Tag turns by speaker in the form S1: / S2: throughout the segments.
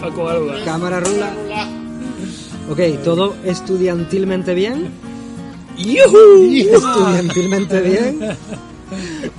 S1: Paco Alba.
S2: Cámara rula. Ok, todo estudiantilmente bien. Estudiantilmente bien.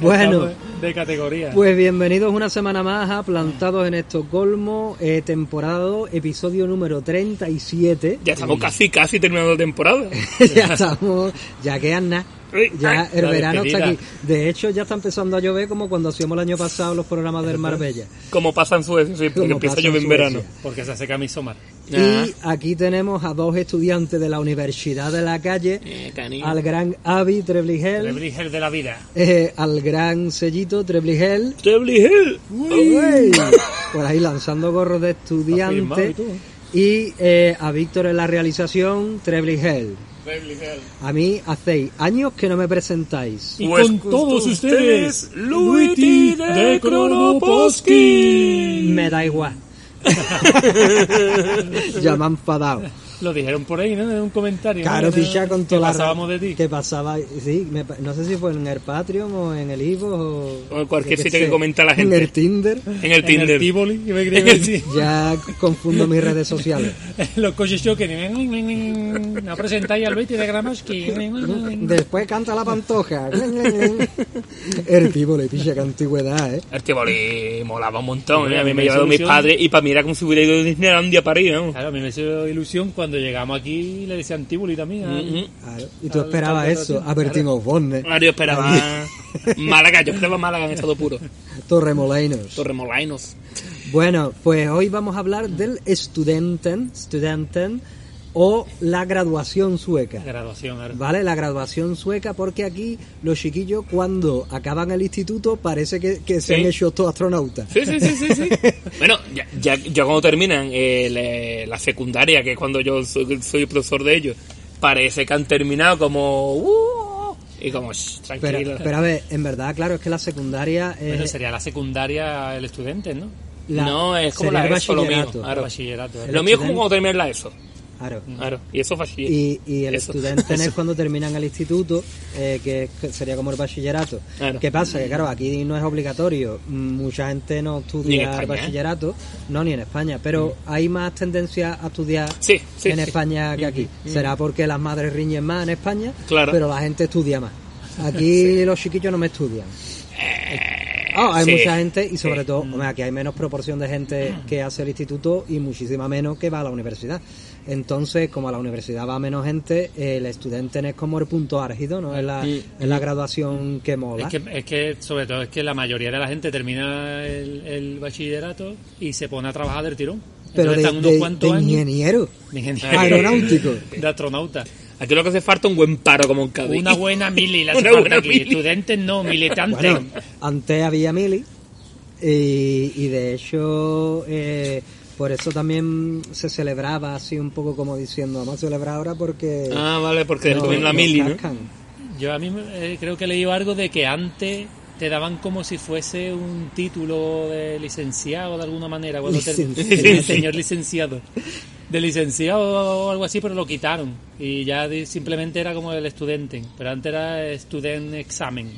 S2: Bueno,
S1: De categoría.
S2: pues bienvenidos una semana más a Plantados en Estocolmo, eh, temporada, episodio número 37.
S3: Ya estamos casi, casi terminando la temporada.
S2: ya estamos, ya quedan nada.
S3: Uy,
S2: Ya
S3: ay,
S2: el
S1: la
S2: verano está aquí.
S1: despedida.
S2: De hecho, ya está empezando a llover como cuando hacíamos el año pasado los programas del Marbella.
S3: Como pasa en Suecia, sí, porque
S2: Como
S3: empieza a
S2: pasa
S3: llover
S2: en
S3: en verano.
S2: Suecia.
S1: Porque se seca mi somar.
S3: Ah.
S2: Y aquí tenemos a dos estudiantes de la Universidad de la Calle,
S1: Eh,
S2: al gran Avi Trebligel,
S1: El Bridger de la vida.
S2: eh, al gran sellito Trebligel,
S3: Trebly Hill.
S2: ¡Uey! por ahí lanzando gorros de
S1: Firmado y
S2: estudiante,
S1: todo.
S2: y eh, a Víctor en la realización, Trebligel. A mí hacéis años que no me presentáis.
S1: Y
S3: Pues
S1: con todos ustedes,
S3: Luigi de Kronoposki.
S2: Me da igual. ya me han enfadado.
S1: Lo dijeron por ahí, ¿no? En un comentario.
S2: Claro,
S1: ¿no?
S2: ficha con
S1: Que
S2: toda la-
S1: pasábamos de ti.
S2: Que pasaba, sí, me pa- no sé si fue en el Patreon o en el Ivo o...
S3: O en cualquier
S2: yo qué
S3: sitio que
S2: sé,
S3: comenta la gente.
S2: En el Tinder.
S3: En el
S1: En el
S3: Tinder.
S1: Tivoli, que me quería decir.
S2: Ya confundo mis redes sociales.
S1: Los coches choquen. No presentáis al Luigi de Gramoski.
S2: Después canta la pantoja. el tipo le picha que antigüedad, ¿eh?
S3: El Tivoli molaba un montón, ¿eh? A mí me
S1: Me
S3: llevaron mis
S1: solución.
S3: padres y para mí era como si hubiera ido a Disneylandia a París, ¿no?
S1: Claro, a mí me hizo ilusión cuando llegamos aquí y le decían Tivoli también. ¿eh?
S3: Mm, mm.
S2: Claro, Y tú esperabas eso, a Bertín Osborne,
S3: Ahora yo esperaba Málaga, yo esperaba Málaga en estado puro.
S2: Torremolinos.
S3: Torremolainos.
S2: Bueno, pues hoy vamos a hablar del studenten, studenten o la graduación sueca.
S1: Graduación, ahora.
S2: ¿Vale? La graduación sueca, porque aquí los chiquillos cuando acaban el instituto parece que, que se han
S3: Sí.
S2: hecho todos astronautas.
S3: Sí, sí, sí, sí. sí. bueno, ya, ya, ya cuando terminan eh, le- la secundaria, que es cuando yo soy, soy profesor de ellos, parece que han terminado como... "Uh", y como, "Shh,
S2: Pero,
S3: tranquilo.
S2: pero a ver, en verdad, claro, es que la secundaria eh,
S1: Bueno, sería la secundaria el estudiante, ¿no?
S2: la-
S3: no, es como
S2: sería
S3: la
S2: el
S3: ESO, lo mío.
S2: bachillerato.
S3: Claro.
S1: Bachillerato. ¿eh?
S2: El
S3: lo mío es como
S2: estudiante-
S3: cuando terminan la ESO.
S2: Claro.
S3: Claro, y eso es bachiller.
S2: Y, y el
S3: Eso.
S2: estudiante es cuando terminan el instituto, eh, que, es- que sería como el bachillerato.
S3: Claro.
S2: ¿Qué pasa? Que claro, aquí no es obligatorio. Mm, Mucha gente no
S3: Ni en
S2: estudia
S3: España,
S2: el
S3: ¿eh? Mm.
S2: bachillerato, no, ni en España, pero hay más tendencia a estudiar
S3: Sí, sí,
S2: en
S3: sí.
S2: España que aquí. Será porque las madres riñen más en España,
S3: Claro.
S2: pero la gente estudia más. Aquí los chiquillos no me estudian. Ah, hay
S3: Eh, sí,
S2: mucha gente y sobre
S3: sí.
S1: Mm.
S2: todo, hombre, aquí hay menos proporción de gente que hace el instituto y muchísima menos que va a la universidad. Entonces, como a la universidad va menos gente, eh, el estudiante no es como el punto árgido, ¿no? Es la,
S3: Sí.
S2: es la graduación que mola.
S1: Es que, es que, sobre todo, es que la mayoría de la gente termina el, el bachillerato y se pone a trabajar del tirón.
S2: Pero
S1: Entonces
S2: de,
S1: están unos
S2: de-
S1: cuantos
S2: de
S1: años
S2: ingeniero,
S1: de ingeniero,
S2: aeronáutico.
S1: de astronauta.
S3: Aquí lo que hace falta es un buen paro como un Cádiz.
S1: Una buena mili, la
S3: Una buena
S1: aquí.
S3: mili.
S1: Estudiantes no, militantes.
S2: Bueno, antes había mili y, y de hecho eh, por eso también se celebraba así un poco como diciendo, vamos a celebrar ahora porque...
S3: Ah, vale, porque
S2: no-
S3: después viene la
S2: no
S3: mili, ¿no?
S2: cascan.
S1: Yo a mí eh, creo que he leído algo de que antes te daban como si fuese un título de licenciado de alguna manera, cuando te-
S2: Licenciado.
S1: el señor licenciado. De licenciado o algo así, pero lo quitaron. Y ya di- simplemente era como el estudiante. Pero antes era student examen.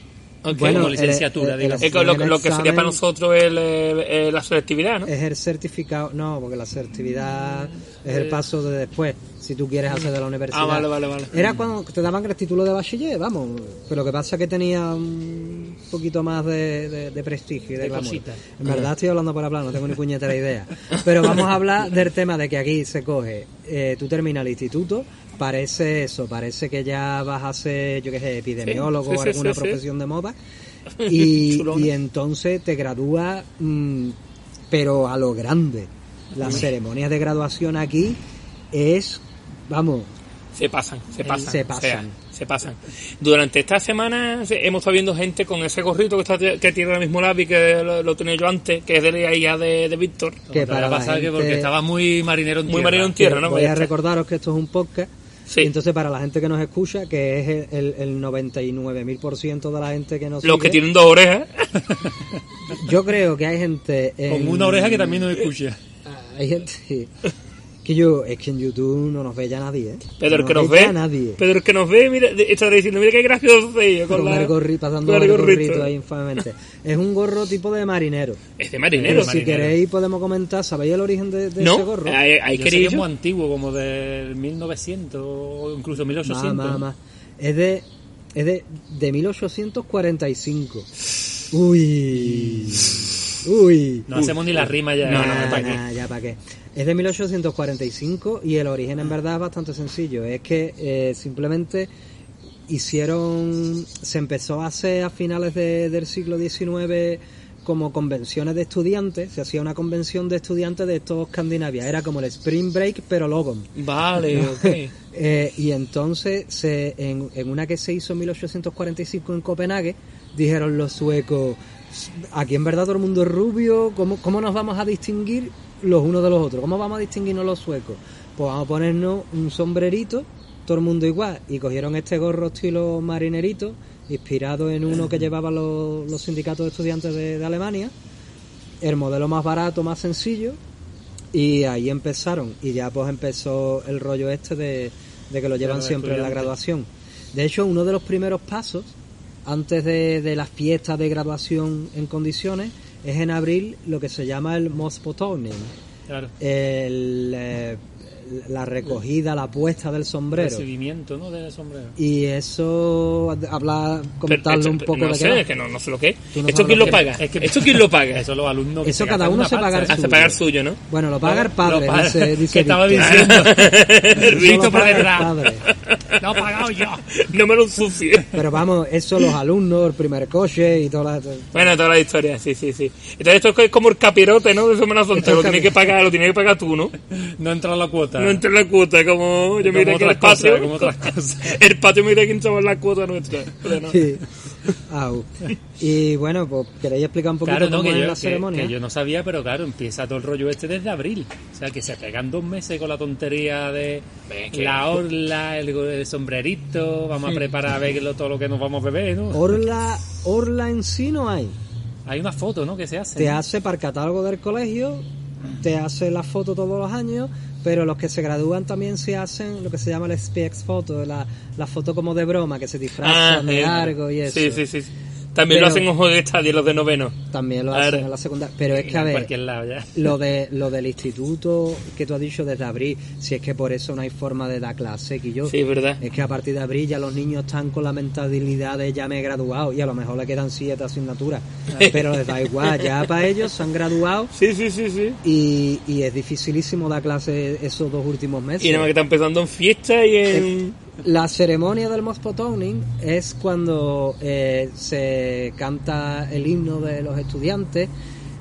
S3: Ok.
S2: Bueno,
S1: como
S2: el-
S1: licenciatura,
S2: el-
S1: digamos.
S3: Es que lo,
S2: en el
S3: lo que sería
S2: examen-
S3: para nosotros el, eh, eh, la selectividad, ¿no?
S2: Es el certificado, no, porque la selectividad es el paso de después, si tú quieres hacer de la universidad.
S3: Ah, vale, vale, vale.
S2: Era cuando te daban el título de bachiller, vamos, pero lo que pasa es que tenía un poquito más de, de- de prestigio y de,
S1: De
S2: glamour.
S1: cosita.
S2: En verdad estoy hablando por hablar, no tengo ni puñetera idea. Pero vamos a hablar del tema de que aquí se coge, eh, tú terminas el instituto, parece eso, parece que ya vas a ser, yo qué sé, epidemiólogo
S3: sí,
S2: o
S3: sí,
S2: alguna
S3: sí, sí.
S2: profesión de moda. Y,
S3: Chulona.
S2: y entonces te gradúa, mm, pero a lo grande. Las ceremonias de graduación aquí es, vamos,
S3: Se pasan, se pasan.
S2: Eh, se
S3: o sea,
S2: pasan.
S3: Se, se pasan. Durante estas semanas hemos estado viendo gente con ese gorrito que, está, que tiene ahora mismo Lavi, que lo, lo tenía yo antes, que es de la IA de, de Víctor.
S2: Que
S1: Te habrá
S2: para la
S1: pasado que
S2: gente-
S1: porque estaba muy marinero en
S3: Muy
S1: tierra.
S3: marinero en tierra, ¿no?
S2: Voy
S3: Ya
S2: a
S3: está.
S2: recordaros que esto es un podcast.
S3: Sí.
S2: Y entonces, para la gente que nos escucha, que es el, el, el 99.000% de la gente que nos
S3: Los que
S2: sigue,
S3: tienen dos orejas.
S2: yo creo que hay gente. en- Ah,
S1: Con una oreja que también no escucha.
S2: Hay gente. Que yo, es que en YouTube no nos ve ya nadie, ¿eh?
S3: Pero el
S2: No
S3: que nos
S2: ya
S3: ve,
S2: nadie.
S3: pero el que nos ve, mira, de- estará diciendo, mira qué gracioso ellos
S2: con
S3: con la,
S2: el gorri, pasando
S3: con
S2: el
S3: el gorrito.
S2: gorrito ahí infamemente. Es un gorro tipo de marinero.
S3: Es de marinero.
S2: Pero si queréis podemos comentar, ¿sabéis el origen de, de ese
S3: no, Ah, eh,
S2: gorro?
S3: hay, hay
S1: Yo
S3: que
S1: sé que
S3: ir
S1: es
S3: yo.
S1: muy antiguo, como del 1900 o incluso 1800.
S2: Más, más, más. Es de, es de, de 1845. Uy. Uy.
S1: No hacemos ni la rima ya. Ah,
S3: No, no,
S2: Nah,
S3: ¿para qué?
S2: nah, ya para qué. Es de 1845 y el origen
S1: Ah.
S2: en verdad es bastante sencillo. Es que eh, simplemente hicieron, se empezó a hacer a finales de- del siglo XIX como convenciones de estudiantes. Se hacía una convención de estudiantes de toda Escandinavia. Era como el Spring Break pero Logan.
S3: Vale, ok.
S2: Eh, y entonces, se, en, en una que se hizo en 1845 en Copenhague, dijeron los suecos, aquí en verdad todo el mundo es rubio, ¿cómo, cómo nos vamos a distinguir los unos de los otros? ¿Cómo vamos a distinguirnos los suecos? Pues vamos a ponernos un sombrerito, todo el mundo igual. Y cogieron este gorro estilo marinerito, inspirado en uno que llevaban los, los sindicatos de estudiantes de- de Alemania el modelo más barato, más sencillo, y ahí empezaron. Y ya pues empezó el rollo este de, de que lo llevan
S1: los
S2: siempre en la
S1: estudiantes.
S2: graduación. De hecho, uno de los primeros pasos, antes de, de las fiestas de graduación en condiciones, es en abril lo que se llama el Mospotonen,
S1: Claro.
S2: el, eh, la recogida, la puesta del sombrero.
S1: Recibimiento, ¿no? Del sombrero.
S2: Y eso, hablar, comentarlo
S3: Pero
S2: un
S3: esto-
S2: poco
S3: no
S2: de
S3: sé,
S2: qué
S3: es
S2: va.
S3: que no, no sé lo que es.
S2: Tú no
S3: ¿Esto
S2: sabrás
S3: quién lo
S2: qué-
S3: paga?
S1: es que-
S3: ¿Esto quién lo paga?
S1: Eso los alumnos que
S2: Eso
S1: se
S2: cada
S1: gastan
S2: uno
S1: una
S2: se paga
S1: pasta.
S2: su-
S3: Hace pagar suyo, ¿no?
S2: Bueno, lo paga el padre,
S1: Lo paga-
S2: dice, dice
S1: que estaba
S2: Víctor.
S1: diciendo.
S3: El
S2: Eso
S3: visto
S2: lo
S3: por
S2: paga el
S3: detrás.
S2: padre.
S1: No he pagado yo.
S3: No me lo ensucie.
S2: Pero vamos, eso los alumnos, el primer coche y toda la...
S3: Bueno, toda la historia, sí, sí, sí. Entonces esto es como el capirote, ¿no? De Semana Santa, lo tienes que pagar, lo tienes que pagar tú, ¿no?
S1: No entra la cuota.
S3: No entra en la cuota, como yo
S1: Como
S3: mira que el
S1: otras cosas,
S3: patio.
S1: como otras cosas.
S3: El patio mira quién estaba en la cuota nuestra. Pero no.
S2: Sí. Au. Y bueno, pues queréis explicar un poquito
S1: Claro, no,
S2: cómo
S1: que
S2: es
S1: yo,
S2: la
S1: que-
S2: ceremonia.
S1: que yo no sabía, pero claro, empieza todo el rollo este desde abril. O sea, que se pegan dos meses con la tontería de
S3: Ve que-
S1: la orla, el, el sombrerito, vamos a preparar a ver lo- todo lo que nos vamos a beber, ¿no?
S2: Orla, orla en sí no hay.
S1: Hay una foto, ¿no?, que se hace.
S2: Te hace para el catálogo del colegio, te hace la foto todos los años, pero los que se gradúan también se hacen lo que se llama el SPX foto, la, la foto como de broma, que se
S1: Ah,
S2: disfrazan de
S1: eh,
S3: sí.
S2: algo y eso.
S3: Ah, eh, Sí, sí, sí. También lo
S2: Pero-
S3: hacen ojo de estadio los de noveno.
S2: También lo
S3: A
S2: hacen
S3: ver.
S2: en la secundaria. Pero es que a
S1: en
S2: ver,
S1: cualquier lado ya.
S2: lo de lo del instituto que tú has dicho desde abril, si es que por eso no hay forma de dar clase, que yo
S3: Sí, es verdad.
S2: es que a partir de abril ya los niños están con la mentalidad de ya me he graduado y a lo mejor le quedan siete asignaturas, pero les da igual, ya para ellos se han graduado
S3: Sí, sí, sí, sí.
S2: y, y es dificilísimo dar clase esos dos últimos meses.
S3: Y nada más que están empezando en fiesta y en...
S2: La ceremonia del Mospotoning es cuando eh, se canta el himno de los estudiantes,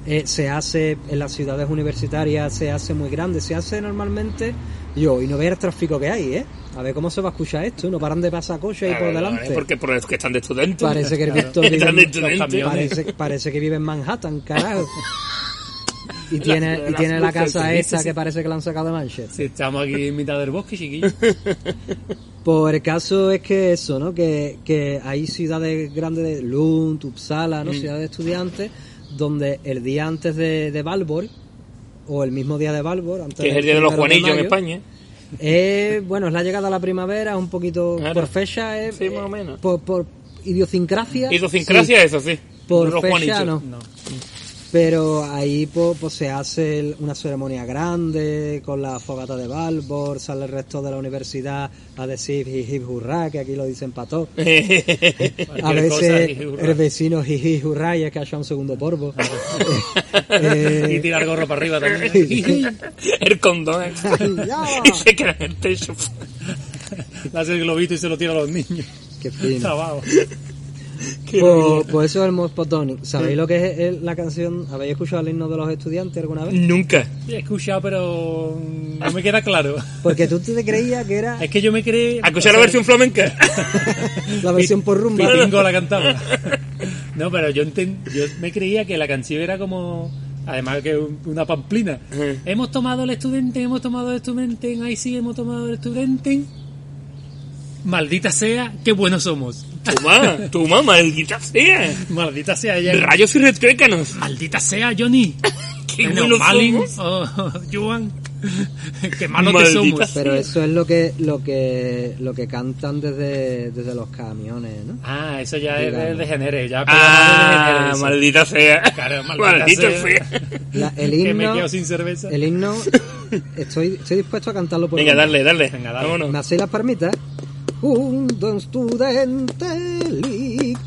S2: eh, se hace en las ciudades universitarias, se hace muy grande, se hace normalmente, yo, y no veas el tráfico que hay, ¿eh? A ver cómo se va a escuchar esto, no paran de pasar coches ahí
S3: Ah,
S2: por
S3: vale,
S2: delante.
S3: Porque por eso que están de estudiantes.
S2: Parece que el Víctor vive
S3: Están de
S2: en-
S3: estudiantes.
S2: parece, parece que vive en Manhattan, carajo. Y tiene,
S3: Las-
S2: y tiene la
S3: las luces,
S2: casa
S3: sí,
S2: esta
S3: sí,
S2: que parece que la han sacado de Manchester.
S1: Si estamos aquí en mitad del bosque, chiquillo.
S2: Por el caso es que eso, ¿no? Que, que hay ciudades grandes de Lund, Uppsala,
S3: Mm.
S2: ¿no? Ciudades de estudiantes, donde el día antes de, de Valborg, o el mismo día de Valborg, antes
S3: Que es el
S2: del
S3: día de los
S2: primero
S3: Juanillos en
S2: mayo,
S3: España.
S2: eh, bueno, es la llegada a la primavera, es un poquito
S3: Claro.
S2: por fecha, es, eh,
S3: Sí, más o menos.
S2: Por, por idiosincrasia.
S3: Idiosincrasia, eso sí.
S2: sí, por
S3: los
S2: fecha
S3: Juanillos.
S2: no.
S1: No.
S2: Pero ahí po- pues, se hace el- una ceremonia grande con la fogata de Valborg, sale el resto de la universidad a decir jiji hurra, que aquí lo dicen pató. A
S1: Cualquier cosa,
S2: veces
S1: y-
S2: el vecino jiji hurra y es que haya un segundo polvo.
S1: y
S2: Eh,
S1: tirar el gorro para arriba también.
S3: el condón. eh.
S2: ya.
S3: y se queda en el techo.
S1: Le hace el globito y se lo tira a los niños.
S2: qué fino.
S1: Trabajo.
S3: Qué
S2: Pues,
S3: mierda.
S2: pues eso es el Mospodonic. ¿Sabéis lo que es el- la canción? ¿Habéis escuchado el himno de los estudiantes alguna vez?
S3: Nunca.
S1: He escuchado, pero mm, no me queda claro.
S2: Porque tú te creías que era
S1: Es que yo me creí...
S3: ¿A escuchar la versión flamenca?
S2: la versión por rumba.
S1: Pitingo la cantaba. No, pero yo, enten- yo me creía que la canción era como... Además que un- una pamplina.
S3: Ujú.
S1: Hemos tomado el estudiante, hemos tomado el estudiante, ahí sí hemos tomado el estudiante. Maldita sea, qué buenos somos.
S3: tu mamá, tu mamá, maldita sea.
S1: Maldita sea ella.
S3: Rayos y retruécanos.
S1: Maldita sea, Johnny.
S3: Qué
S1: Bueno,
S3: buenos
S1: Malin,
S3: somos.
S1: oh, Joan. Qué malos que
S3: Maldita
S1: somos.
S2: Pero eso es lo que lo que lo que cantan desde, desde los camiones, ¿no?
S1: Ah, eso ya es de
S2: Digamos.
S1: degenere. Ya
S3: Ah,
S1: perdonamos de degenere,
S3: maldita sea.
S1: Claro, maldita
S3: maldita
S1: sea.
S3: sea.
S2: La- el
S1: eso. Que me
S2: himno,
S1: quedo sin cerveza.
S2: el himno, estoy, estoy dispuesto a cantarlo por
S3: Venga,
S2: rumba.
S3: dale, dale.
S1: Venga, dale.
S3: Vámonos.
S2: ¿Me hacéis las palmitas? Un don studente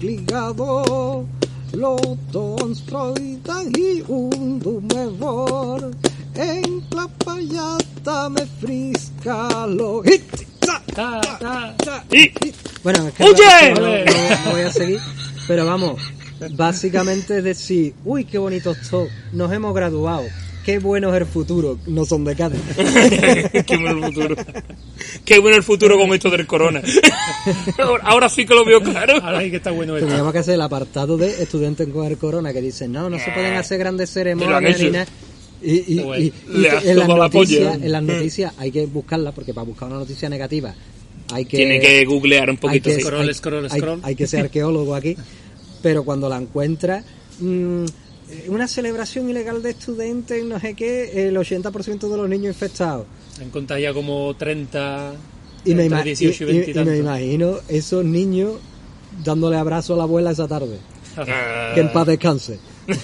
S2: ligado, lo construida y un dumevor. En la payata me frisca lo.
S1: Ta, ta.
S3: Y-
S2: Bueno, es que
S3: ¡Oye!
S2: no, no- no- no voy a seguir, pero vamos, básicamente es decir, uy, qué bonitos todos, nos hemos graduado, qué bueno es el futuro, no son de Cádiz.
S3: Qué bueno el futuro. Qué bueno el futuro con esto del corona. Ahora, ahora sí que lo veo claro.
S1: Ahora sí que está bueno esto.
S2: Tendríamos que hacer el apartado de estudiantes con el corona que dicen, no, no se pueden hacer grandes
S3: Pero Eh, han
S2: ceremonias
S3: hecho. Pues,
S2: ni nada. Y, y- y- y
S3: Le has
S2: en, las
S3: tomado la
S2: noticias,
S3: polla.
S2: en las noticias hay que buscarlas porque para buscar una noticia negativa hay que...
S3: Tiene que googlear un
S2: hay
S3: poquito.
S2: que,
S3: sí.
S1: Scroll,
S2: hay-
S1: scroll,
S2: hay-
S1: scroll.
S2: hay que ser arqueólogo aquí. Pero cuando la encuentra, mm, una celebración ilegal de estudiantes, no sé qué, el 80% de los niños infectados.
S1: Han contado ya como 30.
S2: Y me,
S1: entre
S2: ima-
S1: 18 y
S2: y- y-
S1: 20 y
S2: y me
S1: tanto.
S2: imagino esos niños dándole abrazo a la abuela esa tarde.
S3: Ah,
S2: Que en paz descanse.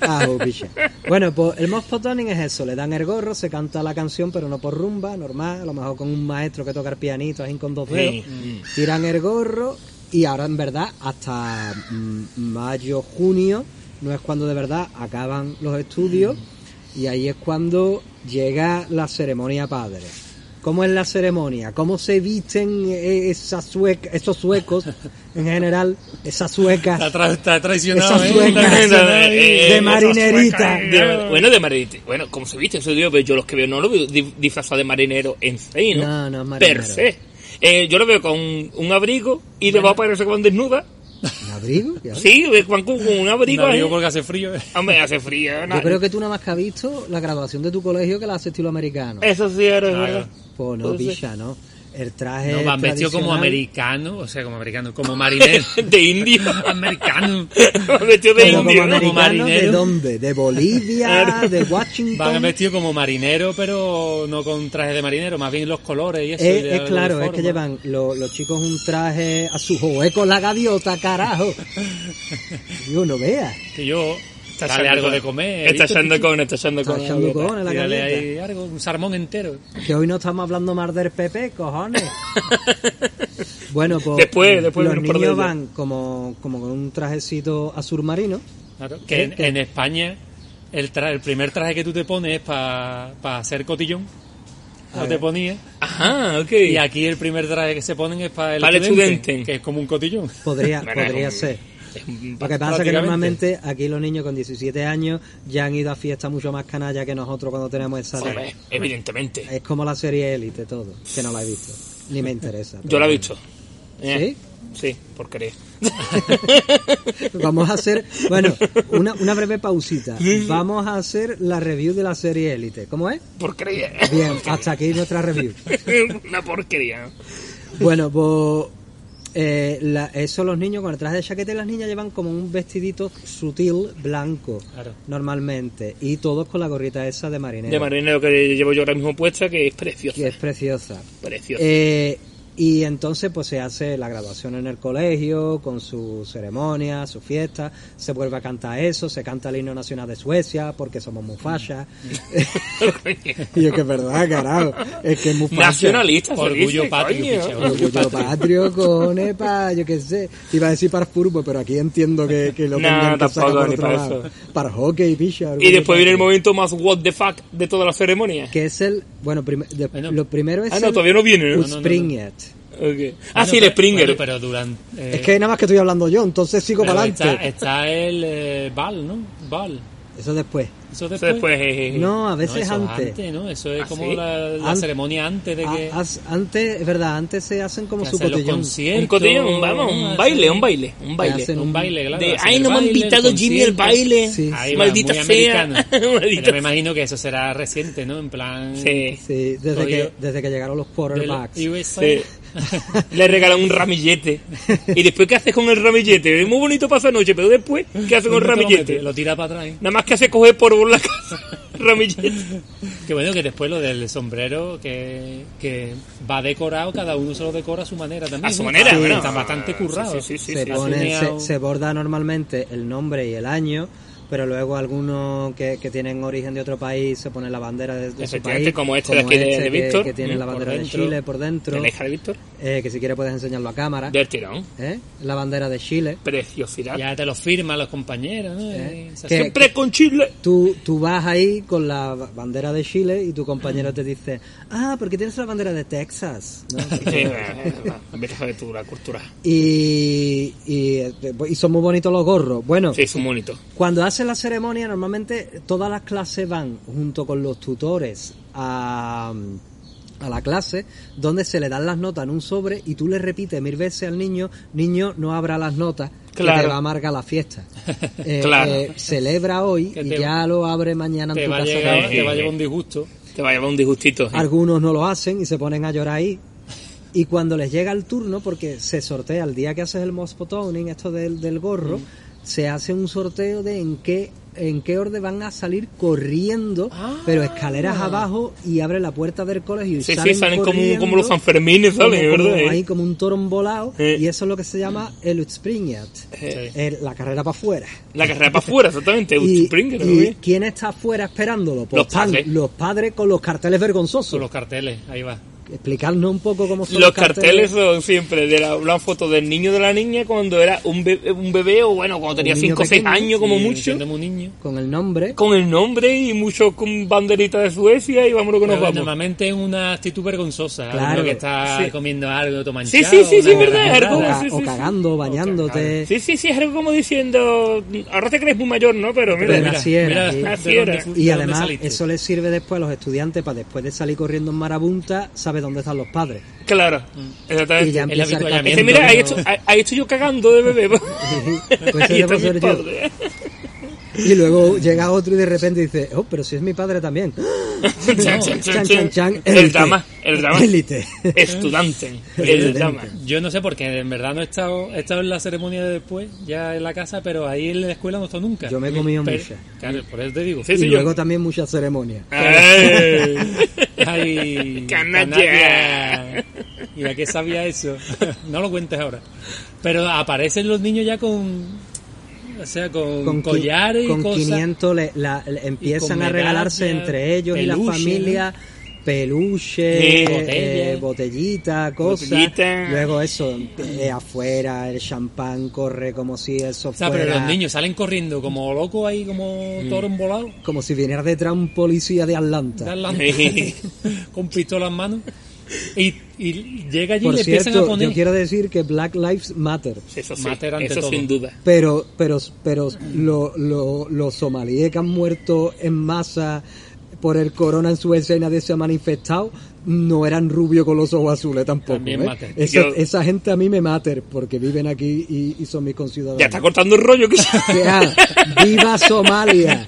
S2: Ah, oh, bicha. Bueno, pues el Most Potoning es eso, le dan el gorro, se canta la canción, pero no por rumba, normal, a lo mejor con un maestro que toca el pianito, así con dos dedos,
S3: Sí.
S1: Mm.
S2: tiran el gorro y ahora en verdad hasta mm, mayo, junio, no es cuando de verdad acaban los estudios
S1: Mm.
S2: y ahí es cuando llega la ceremonia padre. ¿Cómo es la ceremonia? ¿Cómo se visten eh, esas sueca- esos suecos en general, esas suecas?
S1: Está, tra- está traicionado,
S2: Esas
S1: ¿eh?
S2: suecas.
S1: Está traicionado ahí.
S3: Eh,
S2: de
S3: esas
S2: marinerita.
S3: suecas, eh. bueno, de marinerita. Bueno, como se viste, eso digo, pero yo los que veo no lo veo di- disfrazado de marinero en sí, ¿no?
S2: No, no es marinero.
S3: Per se. Eh, yo lo veo con un abrigo y debajo parece que van desnuda.
S2: ¿Un abrigo? Ya ves.
S3: Sí, van con con un abrigo.
S1: No, digo
S3: ahí.
S1: porque hace frío. ¿eh?
S3: Hombre, hace frío.
S2: Yo
S3: nada.
S2: creo que tú nada más que has visto la graduación de tu colegio que la hace estilo americano.
S1: Eh,
S3: Eso sí, era
S1: Claro.
S3: verdad.
S2: Pues no, picha, ¿no? El traje.
S1: No, van vestidos como
S2: tradicional,
S1: americano, o sea, como americano, como marinero.
S3: De indio.
S1: americano.
S3: Vestido de
S2: Pero
S1: como
S3: indio. ¿no?
S2: americano, ¿De
S1: marinero.
S2: dónde? ¿De Bolivia? ¿De
S1: Van
S2: Washington? Es,
S1: vestidos como marinero, pero no con traje de marinero, más bien los colores y eso. y la-
S2: es
S1: la
S2: Eh, claro, es
S1: uniforme.
S2: que llevan lo- los chicos un traje a su joven con la gaviota, carajo. Yo no vea.
S1: Que yo, dale
S3: echando
S1: algo
S3: con-
S1: de comer.
S3: Está
S1: ¿viste?
S3: echando con, está echando
S2: Está
S3: con.
S2: echando cojones la
S1: Tírale
S2: gaviota.
S1: ahí algo, un salmón entero.
S2: Que hoy no estamos hablando más del PP, cojones. Bueno, pues
S3: Después, después
S2: los
S3: nos perdemos.
S2: niños van como, como con un trajecito azul marino.
S1: Claro, que en,
S2: ¿Qué?
S1: en España el, tra- el primer traje que tú te pones es para hacer cotillón.
S2: A
S1: No te
S2: ver.
S1: ponías.
S3: Ajá, ok.
S1: Y aquí el primer traje que se ponen es para el,
S3: Para el
S1: estudiante,
S3: estudiante.
S1: que es como un cotillón.
S2: Podría,
S3: Bueno,
S2: podría
S3: es un-
S2: ser.
S3: Es un-
S2: Lo que pasa es que
S1: Prácticamente.
S2: normalmente aquí los niños con 17 años ya han ido a fiestas mucho más canalla que nosotros cuando tenemos esa edad.
S3: Hombre, Pues, evidentemente.
S2: Es como la serie élite todo, que no la he visto. Ni me interesa.
S3: Yo la he visto. Eh,
S2: ¿Sí?
S3: Sí, porquería.
S2: Vamos a hacer, bueno, una, una breve pausita. Vamos a hacer la review de la serie élite. ¿Cómo es?
S3: Porquería.
S2: Bien, hasta aquí nuestra review.
S3: Una porquería.
S2: Bueno, pues eh, la- eso los niños con el traje de chaqueta y las niñas llevan como un vestidito sutil blanco
S1: Claro.
S2: normalmente y todos con la gorrita esa de marinero,
S3: De marinero que llevo yo ahora mismo puesta, que es
S2: Eh. que es
S3: preciosa.
S2: preciosa.
S3: Preciosa.
S2: Eh, y entonces pues se hace la graduación en el colegio con su ceremonia, su fiesta, se vuelve a cantar eso, se canta el himno nacional de Suecia porque somos Mufasa.
S3: Mm.
S2: y es que es verdad, carajo, es que es Mufasa.
S3: Nacionalista, se
S1: Orgullo
S3: dice,
S1: patrio,
S3: coño.
S1: picha,
S2: Orgullo patrio, cojones, pa, yo qué sé. Iba a decir para fútbol, pero aquí entiendo que, que lo
S3: No,
S2: tengan que sacar
S3: tampoco,
S2: por
S3: ni
S2: otro
S3: para
S2: lado.
S3: eso.
S2: Para hockey, picha.
S3: Y
S2: orgullo
S3: después viene el
S2: patrio.
S3: momento más what the fuck de toda la ceremonia.
S2: Que es el... Bueno, prim- de-
S1: Bueno.
S2: lo primero es
S3: Ah, no,
S2: el
S3: todavía no viene, ¿no?
S1: no, no.
S2: Utspringet.
S3: Ok. Ah, sí, el Springer.
S1: Bueno, pero durante. eh,
S2: Es que nada más que estoy hablando yo, entonces sigo
S1: pero
S2: para
S1: está,
S2: adelante.
S1: está el eh, Val, ¿no? Val.
S2: Eso después.
S1: Eso
S3: Eso
S1: después.
S3: después eh, eh,
S2: No, a
S1: No,
S2: veces
S1: eso es
S2: antes.
S1: ¿no? Eso es
S3: ¿Ah,
S1: como
S3: sí?
S1: la, la
S2: An-
S1: ceremonia antes de
S2: A-
S1: que.
S2: as- antes, es verdad, antes se hacen como
S1: que
S2: su
S1: hacen los
S2: cotillón.
S1: conciertos,
S3: un cotillón, vamos, un
S1: hacen-
S3: baile, un baile, un baile.
S2: hacen
S1: Un baile, claro.
S3: De,
S1: hacen
S3: ay,
S1: el
S3: no me ha
S1: baile, el
S3: invitado Jimmy al
S1: concierto".
S3: baile.
S2: Sí,
S1: Ahí va,
S3: Maldita
S1: muy
S3: sea.
S1: americano.
S3: Maldita
S1: Pero me imagino que eso será reciente, ¿no? En plan.
S3: Sí.
S2: Sí, desde
S1: Rollo.
S2: que, desde que llegaron los
S1: de la
S2: quarterbacks.
S1: USA.
S3: Sí. Le regalan un ramillete. ¿Y después qué haces con el ramillete? Es muy bonito pasar noche, pero después, ¿qué haces
S1: ¿Dónde
S3: con
S1: te
S3: el
S1: lo
S3: ramillete?
S1: metes? Lo tira para atrás. ¿eh?
S3: Nada más que hace coger por la casa. ramillete.
S1: Que bueno que después lo del sombrero que, que va decorado, cada uno se lo decora a su manera también.
S3: A su
S1: ¿no?
S3: manera,
S1: Está-
S3: bueno.
S1: Está bastante currado.
S3: Sí, sí, sí,
S2: se,
S3: sí,
S1: pone-
S2: ponen-
S1: Asumiao.
S2: se, se borda normalmente el nombre y el año, pero luego algunos que, que tienen origen de otro país se ponen la bandera de, de su
S3: Efectivamente,
S2: país.
S3: como este de aquí de- de
S2: que-
S3: Víctor,
S2: Que, tiene
S3: mm,
S2: la
S1: por
S2: bandera de
S1: dentro.
S2: Chile por dentro.
S3: ¿De la hija de Víctor?
S2: eh, que si quieres puedes enseñarlo a cámara.
S3: Del tirón.
S2: ¿eh? La bandera de Chile.
S3: Preciosidad.
S1: Ya te lo firman los compañeros, ¿no?
S2: ¿Eh?
S1: Y se
S2: Que-
S1: hace-
S3: Siempre con Chile.
S2: Tú, tú vas ahí con la ba- bandera de Chile y tu compañero te dice, ah, porque tienes la bandera de Texas. ¿no?
S3: Sí, Vete a saber tú la cultura.
S2: y, y, eh, y son muy bonitos los gorros. Bueno,
S3: Sí, es un bonito.
S2: Cuando hacen la ceremonia, normalmente todas las clases van junto con los tutores a, a la clase, donde se le dan las notas en un sobre y tú le repites mil veces al niño, niño, no abra las notas, que
S3: Claro.
S2: te va a amargar la fiesta. Eh,
S3: Claro.
S2: eh, celebra hoy
S1: Que
S2: y
S1: te-
S2: ya lo abre mañana en
S1: te
S2: tu
S1: va, a
S2: casa.
S1: llegar,
S3: sí,
S1: te va a
S3: sí.
S1: llevar un disgusto.
S3: Te va a llevar un disgustito. sí.
S2: Algunos no lo hacen y se ponen a llorar ahí. Y cuando les llega el turno, porque se sortea el día que haces el Mospotoning, esto del, del gorro,
S3: Mm.
S2: se hace un sorteo de en qué en qué orden van a salir corriendo,
S1: Ah.
S2: pero escaleras abajo y abre la puerta del colegio y
S3: Sí,
S2: salen,
S3: sí, salen como,
S2: corriendo,
S3: como los Sanfermines,
S2: como-
S3: ¿sabes?
S2: como
S3: ¿Verdad?
S2: ahí como un toro volado
S3: Eh.
S2: y eso es lo que se llama el Utspringet,
S3: Eh,
S2: el- la carrera para afuera.
S3: La carrera para afuera, exactamente.
S2: Y,
S3: Springer,
S2: y
S3: ¿no?
S2: quién está afuera esperándolo? Pues
S3: Los padres.
S2: los padres con los carteles vergonzosos
S1: Son los carteles, ahí va.
S2: explicarnos un poco cómo son
S3: Los carteles son siempre de la, una foto del niño de la niña cuando era un bebé, un bebé o bueno, cuando tenía
S2: niño
S3: 5 o 6
S2: pequeño,
S3: años como
S1: Y
S3: mucho,
S1: entiéndeme un niño.
S2: con el nombre
S3: con el nombre y muchos con banderitas de Suecia y vámonos que Pues nos
S1: Pero
S3: vamos.
S1: Normalmente es una actitud vergonzosa.
S2: Claro.
S1: alguno que está
S3: Sí.
S1: comiendo algo, toma
S3: Sí, sí, sí, sí, verdad,
S2: o,
S3: algo,
S2: ca-
S3: sí, sí,
S2: o
S3: sí.
S2: cagando, bañándote.
S3: Sí, sí, sí, es algo como diciendo, ahora te crees muy mayor, ¿no? Pero mira,
S2: Pero así era, sí.
S3: Así era.
S2: Y además eso les sirve después a los estudiantes para después de salir corriendo en marabunta, sabe dónde están los padres.
S3: claro,
S2: Mm. Y ya
S3: exactamente.
S2: empieza el
S1: habituallamiento,
S3: Dice,
S2: cartel.
S3: mira, ahí,
S1: ¿no?
S3: estoy, ahí- ahí estoy yo cagando de bebé. ahí
S2: Pues ese
S3: está
S2: debo
S3: mi
S2: ser yo.
S3: padre.
S2: Y luego llega otro y de repente dice, oh, pero si es mi padre también.
S3: Chan, chan,
S2: Chan,
S3: chan,
S2: chan, chan,
S3: El
S2: élite.
S3: drama, el drama.
S2: Élite.
S3: Estudante, el drama.
S1: Eh, Yo no sé porque en verdad no he estado, he estado en la ceremonia de después, ya en la casa, pero ahí en la escuela no he estado nunca.
S2: Yo me he comido
S1: Pero-
S2: muchas.
S1: Claro, por eso te digo.
S3: Sí,
S2: y
S3: sí, yo-
S2: luego también muchas ceremonias.
S3: ¡Ey!
S1: Ay,
S3: Canalla.
S1: canalla. ¿Y a qué sabía eso? No lo cuentes ahora. Pero aparecen los niños ya con. O sea, con,
S2: Con, qui-
S1: collares
S2: con
S1: y cosas.
S2: 500 le- la- le- empiezan
S1: con
S2: a regalarse
S1: medallas,
S2: entre ellos y la
S1: peluche,
S2: familia
S3: Sí.
S2: peluche, eh,
S1: Botella.
S2: botellita, cosas.
S3: Botellita.
S2: Luego eso, eh, afuera, el champán corre como si eso
S1: O sea,
S2: fuera...
S1: pero los niños salen corriendo como locos ahí, como
S3: Mm.
S1: toro embolado.
S2: Como si viniera detrás un policía de Atlanta.
S1: dan la-
S3: Sí.
S1: con pistola en mano. Y, y llega allí y
S2: Por
S1: le empiezan a
S2: cierto,
S1: poner.
S2: yo quiero decir que Black Lives Matter.
S3: Eso sí,
S1: Mater ante
S3: eso
S1: todo.
S3: sin duda.
S2: Pero, pero, pero lo- lo- los somalíes que han muerto en masa por el corona en Suecia y nadie se ha manifestado, no eran rubios con los ojos azules tampoco.
S1: También
S2: ¿eh?
S1: mater.
S2: Esa,
S3: Yo-
S2: esa gente a mí me mater porque viven aquí y, y son
S3: Ya
S2: mis
S3: está
S2: conciudadanos.
S3: cortando el rollo que
S2: O sea, ¡Viva Somalia!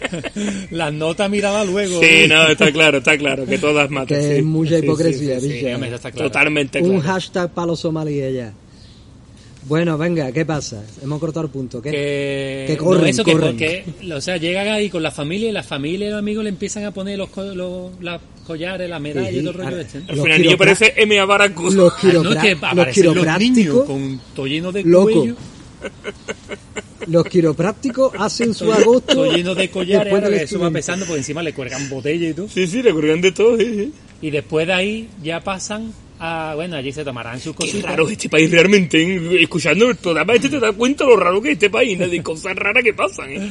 S1: Las notas miraba luego.
S3: Sí, no, está claro, está claro, que todas matan.
S2: Que
S3: sí.
S2: es mucha
S3: Sí, sí,
S2: hipocresía,
S3: sí, sí.
S2: bicho.
S1: hombre, eso está claro.
S3: Totalmente
S2: Un
S3: claro.
S2: hashtag para los somalíes ya. Bueno, venga, ¿qué pasa? Hemos cortado el punto. ¿Qué?
S3: Eh,
S1: que,
S2: Que corren,
S1: no, eso que
S2: corren.
S1: porque, o sea, llegan ahí con la familia y la familia y los amigos le empiezan a poner los, co- los las collares, las medallas y todo el rollo
S2: Ar-
S1: este. ¿no?
S3: Al
S2: Los
S3: final el niño
S2: quiropra-
S3: parece M.A. Baracu.
S2: Los,
S1: Ah, no,
S2: quiropra-
S1: que
S2: los
S1: aparecen los niños
S2: quiroprácticos...
S1: con todo lleno de
S2: Loco.
S1: cuello.
S2: Los quiroprácticos hacen su agosto.
S1: Todo lleno de collares,
S2: después
S1: ahora
S2: del
S1: que eso va
S2: estudiante.
S1: pesando, por encima le cuelgan botellas y todo.
S3: Sí, sí, le colgan de todo. sí, sí.
S1: Y después de ahí ya pasan a. Bueno, allí se tomarán sus
S3: Qué
S1: cositas.
S3: raro es este país realmente. ¿eh? Escuchando el programa este te das cuenta lo raro que es este país, ¿no? de cosas raras que pasan. ¿eh?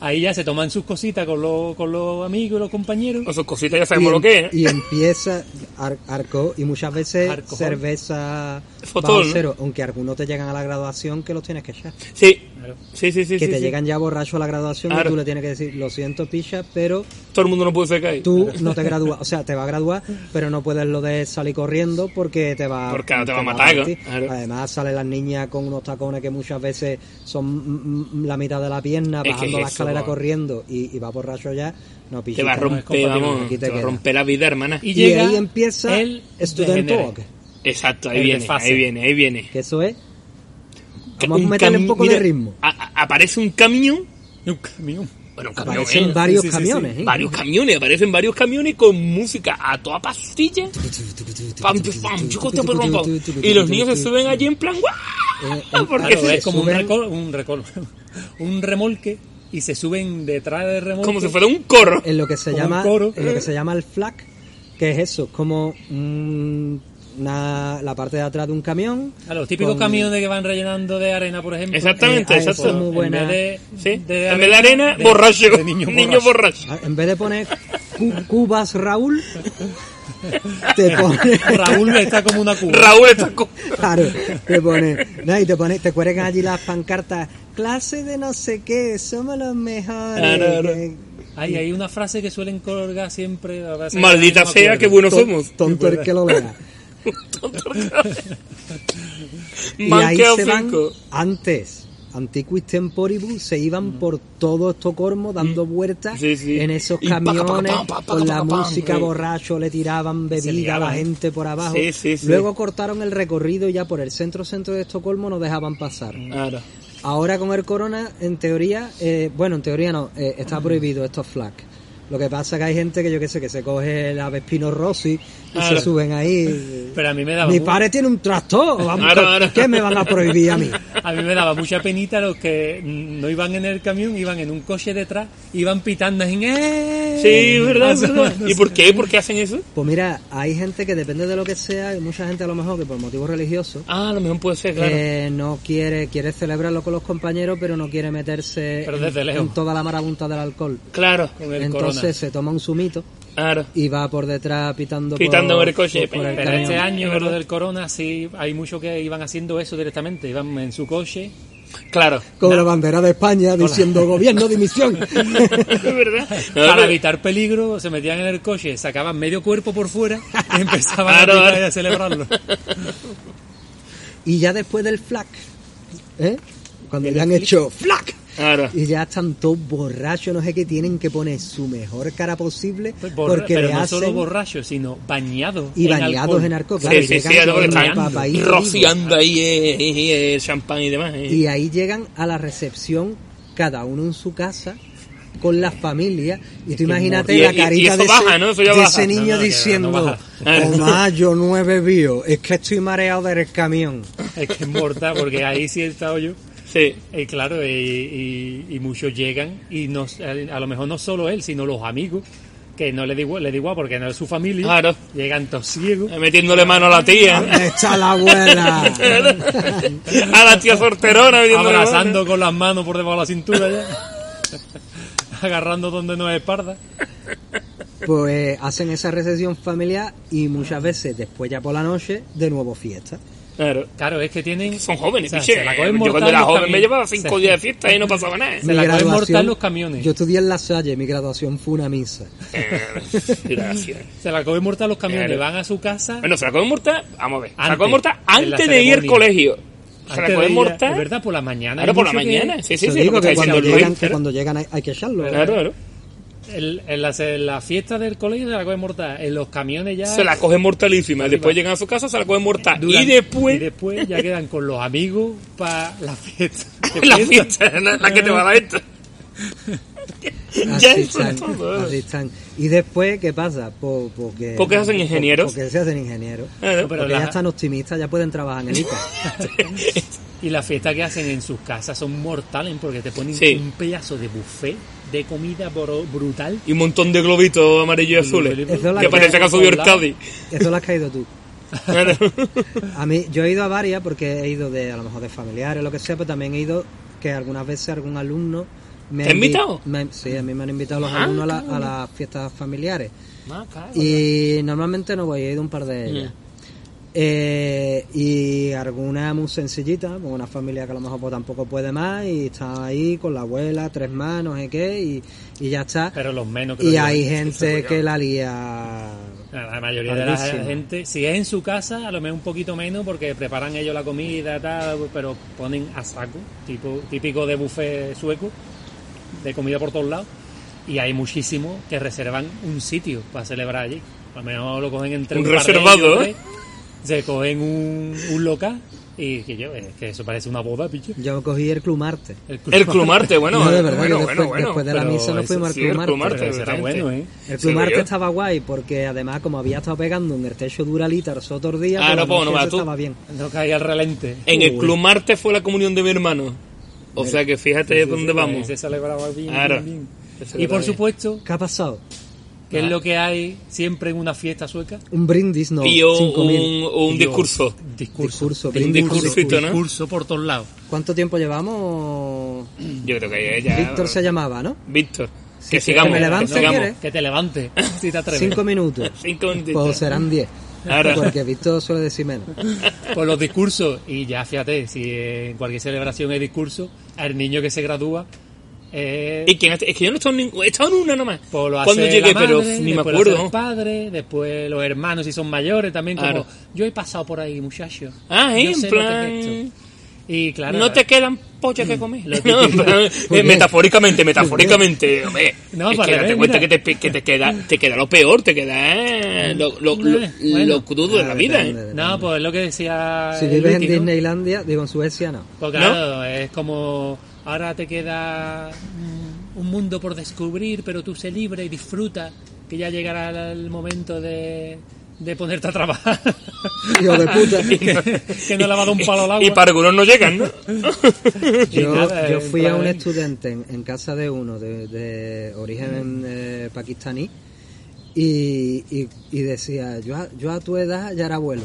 S1: Ahí ya se toman sus cositas con los, con los amigos, los compañeros.
S3: Con sus cositas ya sabemos
S2: y, em-
S3: lo que es. ¿eh?
S2: y empieza ar- arco y muchas veces
S1: Arcojón.
S2: cerveza
S3: Fotol,
S2: bajo
S3: ¿no?
S2: cero, aunque algunos te llegan a la graduación que los tienes que echar.
S3: Sí.
S1: Claro.
S3: Sí, sí, sí.
S2: que
S3: sí,
S2: te
S3: sí.
S2: llegan ya borracho a la graduación
S3: Claro.
S2: y tú le tienes que decir, lo siento picha, pero
S3: Todo el mundo no puede ser caído.
S2: tú no te gradúas, o sea, te va a graduar, pero no puedes lo de salir corriendo porque te va,
S3: Porque te va a matar, ¿no?
S2: partir.
S3: Claro.
S2: Además salen las niñas con unos tacones que muchas veces son mm, mm, la mitad de la pierna,
S3: Es que
S2: bajando
S3: es
S2: la
S3: eso,
S2: escalera
S3: va.
S2: corriendo y, y va borracho ya, no picha.
S3: Te va a
S2: no es
S3: romper,
S2: compatible,
S3: vamos.
S2: aquí
S3: Te,
S2: te
S3: va a
S2: queda.
S3: romper la vida, hermana.
S1: Y
S2: Y,
S1: llega
S2: ahí empieza
S1: el
S2: Student
S1: degenere.
S2: Talk,
S3: Exacto, ahí
S1: El
S3: viene,
S1: desfase.
S3: ahí viene, ahí viene.
S2: que eso es... Vamos a
S3: Un
S2: meterle
S3: cami-
S2: un poco
S3: mira,
S2: de ritmo.
S3: a- a- aparece un camión.
S1: Y un camión.
S3: Bueno, un camión,
S2: Aparecen
S3: ¿eh?
S2: varios
S1: Sí, sí, sí, sí.
S2: camiones, ¿eh?
S3: Varios camiones, aparecen varios camiones con música a toda pastilla. Pam, pam, pam, chico, te perro, pam. Y los niños se suben allí en plan,
S2: Eh,
S3: ¡guau!
S2: eh,
S3: Porque
S1: Claro,
S2: se
S1: es como un
S2: suben-
S1: recol, un recol, un remolque y se suben detrás del
S2: eh.
S1: remolque.
S3: como si fuera un corro.
S2: en lo que se
S1: Como
S2: llama
S1: un coro.
S2: en lo que se llama el flak que es eso es como un- una, la parte de atrás de un camión
S1: A los típicos
S2: con-
S1: camiones que van rellenando de arena, por ejemplo.
S3: Exactamente,
S2: Eh, ah,
S3: exacto.
S2: eso es muy buena.
S1: En vez de,
S3: Sí, en vez de arena,
S1: de-
S3: borracho.
S1: de niño
S3: Niño borracho.
S2: Ah, en vez de poner cu- cubas Raúl te pone
S1: Raúl está como una cuba.
S3: Raúl está co-
S2: claro te pone no, y te pone te cuelgan allí las pancartas clase de no sé qué somos los
S1: Ah,
S2: mejores
S3: Claro, claro.
S2: eh,
S1: Ay, hay una frase que suelen colgar siempre. a veces-
S3: Maldita
S1: no me
S3: sea,
S1: acuerdo.
S3: qué bueno
S2: ton-
S3: somos.
S2: tonto el que lo lea Y
S3: Man,
S2: ahí
S3: quedado
S2: se van,
S3: cinco.
S2: antes, Antiquis Temporibus, se iban por todo Estocolmo dando vueltas
S3: Mm. Sí, sí.
S2: en esos
S3: Y paca, paca,
S2: camiones
S3: pam, paca,
S2: con la
S3: paca, pam,
S2: música
S3: sí.
S2: borracho, le tiraban bebida a la
S3: liaban.
S2: gente por abajo.
S3: Sí, sí, sí.
S2: Luego cortaron el recorrido y ya por el centro-centro de Estocolmo no dejaban pasar.
S3: Ahora.
S2: Ahora con el corona, en teoría, eh, bueno, en teoría no, eh, está prohibido estos flags. Lo que pasa que hay gente que yo qué sé, que se coge el Avespino Rossi y
S3: Claro.
S2: se suben ahí.
S1: Pero a mí me daba
S2: Mi
S1: mu-
S2: padre tiene un tractor. Vamos,
S3: Ahora, ahora.
S2: ¿Qué me van a prohibir a mí?
S1: A mí me daba mucha penita los que mm, no iban en el camión, iban en un coche detrás, iban pitando en ¡Eh!
S3: Sí, verdad,
S1: O sea,
S3: verdad.
S1: no
S3: ¿Y
S1: sé.
S3: por qué? ¿Por qué hacen eso?
S2: Pues mira, hay gente que depende de lo que sea, hay mucha gente a lo mejor que por motivos religiosos
S3: Ah, a lo mejor puede ser, claro.
S2: eh, no quiere, quiere celebrarlo con los compañeros, pero no quiere meterse
S1: Pero
S2: en-
S1: desde
S2: en,
S1: lejos.
S2: toda la marabunta del alcohol.
S3: Claro,
S1: Con el
S2: Entonces
S1: corona.
S2: se toma un sumito
S3: claro.
S2: y va por detrás pitando,
S3: Pitando
S2: por,
S3: en el coche.
S2: por- por el
S1: Pero
S2: camión.
S1: este año, con lo
S3: ¿verdad?
S1: del corona, sí, hay muchos que iban haciendo eso directamente. Iban en su coche.
S3: Claro.
S2: Con la bandera de España diciendo gobierno dimisión.
S3: Es verdad. No,
S1: Para
S3: pero-
S1: evitar peligro, se metían en el coche, sacaban medio cuerpo por fuera y empezaban
S3: Claro,
S1: a, pitar
S3: claro.
S1: y a celebrarlo.
S2: y ya después del flac, ¿eh? cuando le han hecho flac,
S3: Claro.
S2: Y ya están todos borrachos, no sé qué, tienen que poner su mejor cara posible
S1: Pues Borra-
S2: porque
S1: pero
S2: le
S1: no
S2: hacen
S1: solo borrachos, sino bañados.
S2: y
S1: en
S2: bañados
S1: alcohol.
S2: en arco. Claro,
S3: Sí, sí, sí,
S2: llegan
S3: a lo que
S2: con
S3: están
S2: el papaí vivo.
S3: rociando ahí eh, eh, eh, el champán y demás. eh.
S2: Y ahí llegan a la recepción, cada uno en su casa, con las familias. Y tú imagínate
S3: morro.
S2: la
S3: Y- y- y
S2: carita
S3: eso
S2: de,
S3: baja,
S2: ese,
S3: ¿no? Eso ya
S2: de
S3: baja.
S2: ese niño
S1: No, no, no
S2: diciendo,
S1: baja.
S2: Omar, yo no he bebido, es que estoy mareado del camión.
S1: Es que es mortal, porque ahí sí he estado yo.
S3: Sí.
S1: Eh, claro, eh, y, y muchos llegan y no, a lo mejor no solo él, sino los amigos, que no le digo, le digo porque no es su familia,
S3: Claro.
S1: llegan todos ciegos.
S3: Metiéndole mano a la tía.
S2: Está la abuela.
S3: a la tía sorterona. metiéndole mano.
S1: abrazando con las manos por debajo de la cintura ya. agarrando donde no es espalda.
S2: Pues hacen esa recesión familiar y muchas veces después ya por la noche de nuevo fiesta.
S3: Claro.
S1: Claro, es que tienen...
S3: Son jóvenes,
S1: o sea,
S3: piche.
S1: se la cogen
S3: Yo
S1: mortal
S3: cuando era
S1: los
S3: joven me
S1: camiones.
S3: llevaba cinco
S1: Se-
S3: días de fiesta y no pasaba nada.
S1: Se la cogen mortal los camiones.
S2: Yo estudié en La Salle, mi graduación fue una misa.
S3: Eh, Gracias.
S1: Se la cogen mortal los camiones,
S3: Claro.
S1: van a su casa...
S3: Bueno, se la cogen mortal, vamos a ver. se la
S1: Antes,
S3: cogen mortal
S1: en la
S3: antes de ir al
S1: ceremonia.
S3: colegio. Se
S1: antes
S3: la
S1: de
S3: cogen
S1: ir a-
S3: mortal.
S1: Es verdad, por la mañana.
S3: Ahora
S1: hay
S3: por la
S1: mucho que-
S3: mañana. Sí, sí,
S2: Yo
S3: sí.
S2: digo
S3: lo que
S2: que
S3: está
S2: cuando,
S3: diciendo el
S2: llegan,
S3: Luis.
S2: que cuando llegan hay, hay que echarlo. ¿eh?
S3: Claro, claro.
S1: El- en, la, en la fiesta del colegio se la cogen mortal. En los camiones ya...
S3: Se la cogen mortalísima. Después llegan a su casa, se la cogen mortal.
S1: Duran-
S3: Y después.
S1: y después ya quedan con los amigos para la fiesta.
S3: la fiesta, la, la que te va a dar esto.
S2: Así
S3: ya eso
S2: están,
S3: es todo.
S2: así están. Y después, ¿qué pasa? Po- porque,
S3: Porque se hacen ingenieros. Ah,
S2: Porque se hacen ingenieros.
S3: Claro.
S1: Pero
S2: porque
S1: la-
S2: ya están optimistas, ya pueden trabajar en el E. ICA.
S1: Y la fiesta que hacen en sus casas son mortales porque te ponen
S3: Sí.
S1: un pedazo de buffet de comida bro- brutal.
S3: Y un montón de globitos amarillos y azules.
S2: Eso es la
S3: Que
S2: que-
S3: parece que ha subido el Cádiz.
S2: Eso lo has caído tú.
S3: Claro.
S2: A mí, yo he ido a varias porque he ido de, a lo mejor de familiares, lo que sea, pero también he ido que algunas veces algún alumno me
S3: ¿Te han
S2: invi-
S3: invitado?
S2: me han- sí, a mí me han invitado los
S3: Ah,
S2: alumnos a, la-
S3: cabrón.
S2: a las fiestas familiares.
S3: Ah, claro.
S2: Y normalmente no voy, he ido a un par de ellas. Eh, y alguna muy sencillita, con una familia que a lo mejor pues, tampoco puede más y está ahí con la abuela, tres manos, no sé qué, y, y ya está.
S1: Pero los menos que lo
S2: y
S1: llevan.
S2: hay
S3: se
S2: gente
S3: puede
S2: que la lía.
S1: La mayoría de la
S2: Tardísimo.
S1: gente, si es en su casa, a lo mejor un poquito menos porque preparan ellos la comida, tal, pero ponen a saco, tipo, típico de buffet sueco, de comida por todos lados. Y hay muchísimos que reservan un sitio para celebrar allí. A lo mejor lo cogen entre
S3: Un
S1: par de
S3: reservado,
S1: ellos,
S3: ¿eh?
S1: tres, Se cogen un, un local y que yo, es que eso parece una boda, picho.
S2: Yo cogí el Club Marte.
S3: El Club Marte, bueno,
S2: No, de
S3: eh,
S2: verdad,
S3: bueno,
S2: que
S3: bueno,
S2: después-
S3: bueno.
S2: después de la
S1: pero
S2: misa nos
S1: eso
S2: fuimos al
S3: sí,
S2: Club
S3: el
S2: Marte.
S3: Club Marte.
S1: Pero será
S3: evidente.
S1: bueno, ¿eh?
S2: El
S3: Sí,
S2: Club Marte
S3: yo.
S2: estaba guay porque además como había estado pegando en el techo duralita los otros días,
S3: Ah,
S2: por la
S3: no, pues,
S2: noche
S3: no va
S2: eso
S3: tú.
S2: estaba bien.
S1: ¿eh? No cae al relente.
S3: En el
S2: Uy.
S3: Club Marte fue la comunión de mi hermano. O sea que fíjate dónde vamos.
S1: Se celebraba bien,
S3: Ahora.
S1: bien, bien.
S3: Se
S1: Y
S3: celebraba
S1: por
S3: bien.
S1: supuesto,
S2: ¿Qué ha pasado?
S1: que es lo que hay siempre en una fiesta sueca?
S2: Un brindis, no,
S3: Pío,
S2: 5.000.
S3: un, un
S1: Dios,
S3: discurso.
S1: Discurso.
S2: Discurso,
S1: Tiene un
S2: brindis,
S3: discursito, ¿no?
S1: discurso por todos lados.
S2: ¿Cuánto tiempo llevamos?
S3: Yo creo que ya.
S2: Víctor se llamaba, ¿no?
S3: Víctor.
S2: Sí,
S3: que
S2: sí,
S3: sigamos.
S2: que me
S3: que
S2: levante,
S3: sigamos.
S2: ¿quieres?
S1: Que te levantes, si te atreves.
S2: Cinco minutos.
S3: Cinco
S2: Pues
S3: minutitos.
S2: serán diez.
S3: Ahora.
S2: Porque Víctor suele decir menos.
S1: Por los discursos. Y ya, fíjate, si en cualquier celebración hay discurso, al niño que se gradúa... Eh,
S3: ¿Y quién ha- Es que yo no he estado en ningún- he estado en una nomás.
S1: Pues lo hace
S3: Cuando
S1: la
S3: llegué,
S1: madre,
S3: pero ni me
S1: después lo hace
S3: acuerdo.
S1: el padre, después los hermanos si son mayores también como
S3: Claro.
S1: yo he pasado por ahí, muchacho.
S3: Ah,
S1: Yo
S3: en
S1: sé lo que es
S3: plan-
S1: esto". Y claro, Mm,
S3: no te quedan pollas que comer.
S1: Lo
S3: No,
S1: típico.
S3: pero, eh,
S2: Muy bien.
S3: metafóricamente, metafóricamente. Hombre,
S1: No,
S3: es
S1: para
S3: que date
S1: ver,
S3: cuenta
S1: mira.
S3: que te, pe- que te queda, te queda lo peor, te queda eh, lo, lo, lo,
S1: Eh, bueno.
S3: lo crudo de la
S2: Ah,
S3: vida.
S2: depende,
S3: eh.
S2: depende.
S1: no, pues es lo que decía
S2: Si
S1: el
S2: vives en
S1: Lucky, ¿no?
S2: Disneylandia, digo en Suecia, no.
S1: Porque
S3: ¿No?
S1: claro, es como ahora te queda mm, un mundo por descubrir, pero tú sé libre y disfruta, que ya llegará el momento de, de ponerte a trabajar.
S2: Hijo de puta.
S1: que, que no le va a dar un palo al agua.
S3: Y para algunos no llegan, ¿no?
S1: Y
S2: Yo,
S1: nada,
S2: yo
S1: eh,
S2: fui a un
S1: probablemente.
S2: estudiante en, en casa de uno de, de origen eh, pakistaní y, y- y decía, yo a, yo a tu edad ya era abuelo.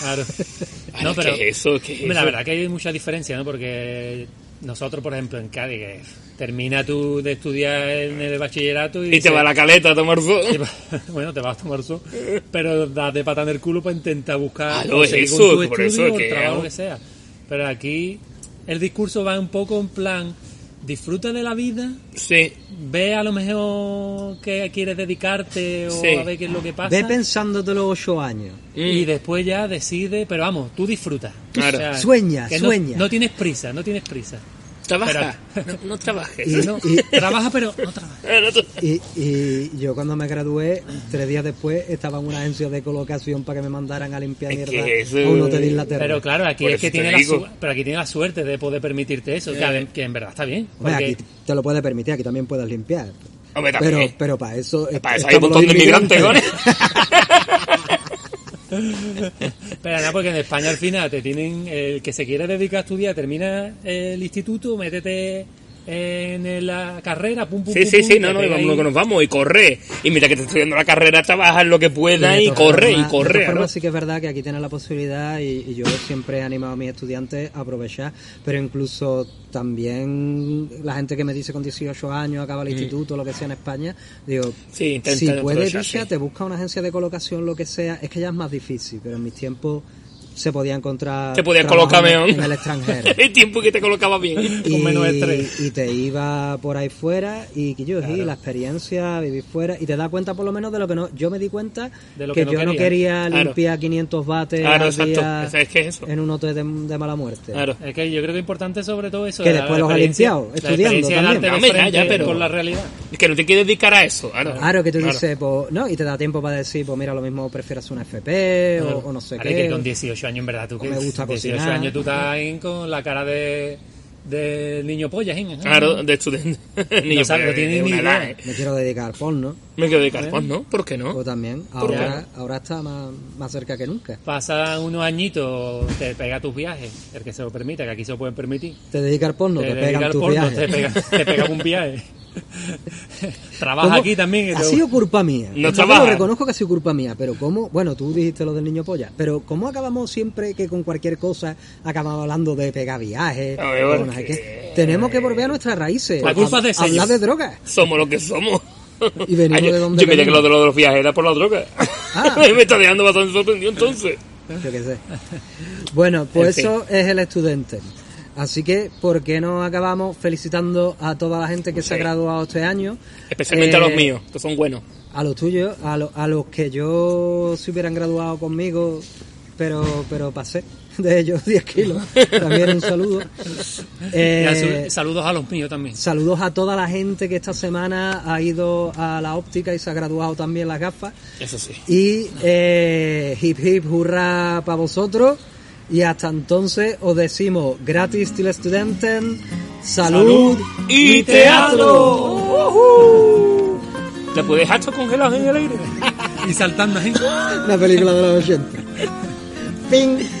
S1: Claro.
S3: Ay,
S1: No, pero
S3: ¿Qué es eso? ¿Qué es
S1: Hombre, la
S3: eso?
S1: verdad que hay mucha diferencia, ¿no? Porque nosotros, por ejemplo, en Cádiz, que termina tú de estudiar en el bachillerato y,
S3: Y te
S1: se-
S3: va a la caleta a tomar sol.
S1: te va- bueno, te vas a tomar sol, pero date pata en el culo para intentar buscar
S3: Claro, Ah,
S1: conseguir
S3: eso,
S1: con tu
S3: por
S1: estudio
S3: eso
S1: o
S3: que-
S1: el trabajo que sea. Pero aquí el discurso va un poco en plan, disfruta de la vida,
S3: Sí.
S1: ve a lo mejor qué quieres dedicarte o
S3: Sí. Mm.
S1: a ver qué es lo que pasa.
S2: Ve pensándote los ocho años.
S1: Y después ya decide, pero vamos, tú disfrutas.
S3: Claro.
S2: Sueña,
S1: que no-
S2: sueña.
S1: No tienes prisa, no tienes prisa.
S3: Trabaja. No, no trabajes.
S2: Y-
S1: No, trabaja, pero no trabaja.
S3: Eh, no tra-
S2: Y, y yo cuando me gradué, tres días después, estaba en una agencia de colocación para que me mandaran a limpiar
S3: Es que
S2: mierda
S3: eso-
S2: a un hotel de Inglaterra.
S1: Pero claro, aquí
S3: Por
S1: es
S3: eso
S1: que
S3: te
S1: tiene la,
S3: digo.
S1: su- pero aquí tiene la suerte de poder permitirte eso, que, adem- que en verdad está bien.
S2: Hombre,
S1: porque-
S2: aquí te lo puedes permitir, aquí también puedes limpiar.
S3: Hombre,
S2: Pero,
S3: también.
S2: pero para eso...
S3: Para eso hay un
S2: estamos
S3: montón de
S2: los
S3: inmigrantes, ¿vale?
S1: Pero nada, porque en España al final te tienen el que se quiere dedicar a estudiar, termina eh, el instituto, métete en la carrera, pum, pum,
S3: Sí,
S1: pum,
S3: sí,
S1: pum,
S3: sí,
S1: te
S3: no, no, y
S1: pega
S3: vámonos
S1: ahí.
S3: que nos vamos y corre. Y mientras que te estoy dando la carrera, trabajas lo que puedas
S2: de
S3: y
S2: todas
S3: corre y
S2: formas- de
S3: corre.
S2: todas
S3: ¿no?
S2: formas sí que es verdad que aquí tienen la posibilidad y, y yo siempre he animado a mis estudiantes a aprovechar, pero incluso también la gente que me dice con 18 años acaba el instituto, lo que sea en España, digo,
S3: Mm. Sí, intentan
S2: si puedes,
S3: aprovechar,
S2: bicha,
S3: sí.
S2: te busca una agencia de colocación, lo que sea, es que ya es más difícil, pero en mis tiempos se podía encontrar
S3: Te podías
S2: trabajo
S3: colocar
S2: en,
S3: meón.
S2: en el extranjero.
S3: el tiempo que te colocaba bien.
S1: Con menos estrés.
S2: y te iba por ahí fuera y que yo sí, la experiencia, vivir fuera y te das cuenta por lo menos de lo que no yo me di cuenta
S1: De lo
S2: que,
S1: que no
S2: yo no
S1: quería.
S2: quería
S3: Claro.
S2: limpiar 500 bates
S3: Claro,
S2: al
S3: exacto.
S2: día
S3: Eso es que es eso.
S2: en un hotel de, de mala muerte.
S3: Claro.
S1: Es que yo creo que es importante sobre todo eso.
S2: Que
S1: de la
S2: después los ha
S1: experiencia-
S2: limpiado,
S1: la
S2: estudiando
S1: experiencia del
S2: también.
S1: arte de
S3: Hombre, ya, ya,
S1: frente
S3: pero-
S1: con la realidad.
S3: Es que no te quieres dedicar a eso. Claro,
S2: Claro, que tú dices, pues, no, y te da tiempo para decir, pues mira, lo mismo prefieras una FP o- o, no sé
S1: Ahora
S2: qué.
S1: que con 18 años, en verdad, tú que
S2: me gusta
S1: 18
S2: cocinar.
S1: años tú estás ahí con la cara de, de niño polla, ¿eh?
S3: Claro, de estudiante. Ni
S1: No
S3: yo
S1: sabe,
S3: puedo,
S1: no tiene
S3: es
S1: ni
S3: una
S1: idea.
S3: edad, ¿eh?
S2: Me quiero dedicar al porno,
S3: Me quedo de carpón, ¿no? ¿Por qué no?
S2: o también,
S3: qué?
S2: ahora, ahora está más, más cerca que nunca.
S1: Pasa unos añitos, te pega tus viajes, el que se lo permita, que aquí se lo pueden permitir.
S2: Te dedicas al porno, te,
S1: dedica
S2: pegan
S1: al
S2: tus
S1: porno,
S2: viajes.
S1: Te pega, te pega un viaje. Trabaja
S2: ¿Cómo?
S1: aquí también. que
S2: Ha
S1: te-
S2: sido culpa mía.
S3: No
S2: Yo te
S3: trabaja.
S2: lo reconozco que ha sido culpa mía, pero ¿cómo? Bueno, tú dijiste lo del niño polla, pero ¿cómo acabamos siempre que con cualquier cosa acabamos hablando de pegar viajes?
S3: A ver,
S2: o
S3: bueno,
S2: no sé
S3: que-
S2: qué? Tenemos que volver a nuestras raíces.
S3: La culpa es de
S2: Hab- Hablar
S3: ellos.
S2: de drogas.
S3: Somos lo que somos.
S2: Y venimos
S3: yo,
S2: de donde
S3: yo creía que
S2: venimos.
S3: lo de, lo de los viajes era por la droga.
S2: Ah. Eh,
S3: me está dejando bastante sorprendido entonces.
S2: Yo qué sé. Bueno, pues
S3: En fin.
S2: eso es el estudiante. Así que, ¿por qué no acabamos felicitando a toda la gente que se ha
S3: Sí.
S2: graduado este año?
S3: Especialmente a
S2: Eh,
S3: los míos, que son buenos.
S2: A los tuyos, a, lo- a los que yo se hubieran graduado conmigo, pero, pero pasé de ellos 10 kilos. También un saludo. Eh,
S1: Mira, su- saludos a los míos también.
S2: Saludos a toda la gente que esta semana ha ido a la óptica y se ha graduado también las gafas.
S3: Eso sí.
S2: Y eh, hip hip hurra para vosotros. Y hasta entonces os decimos gratis til studenten, salud,
S3: y teatro. ¿Te puedes hachas congelados en el aire?
S1: Y saltando, gente.
S2: La película de los 80. Ping.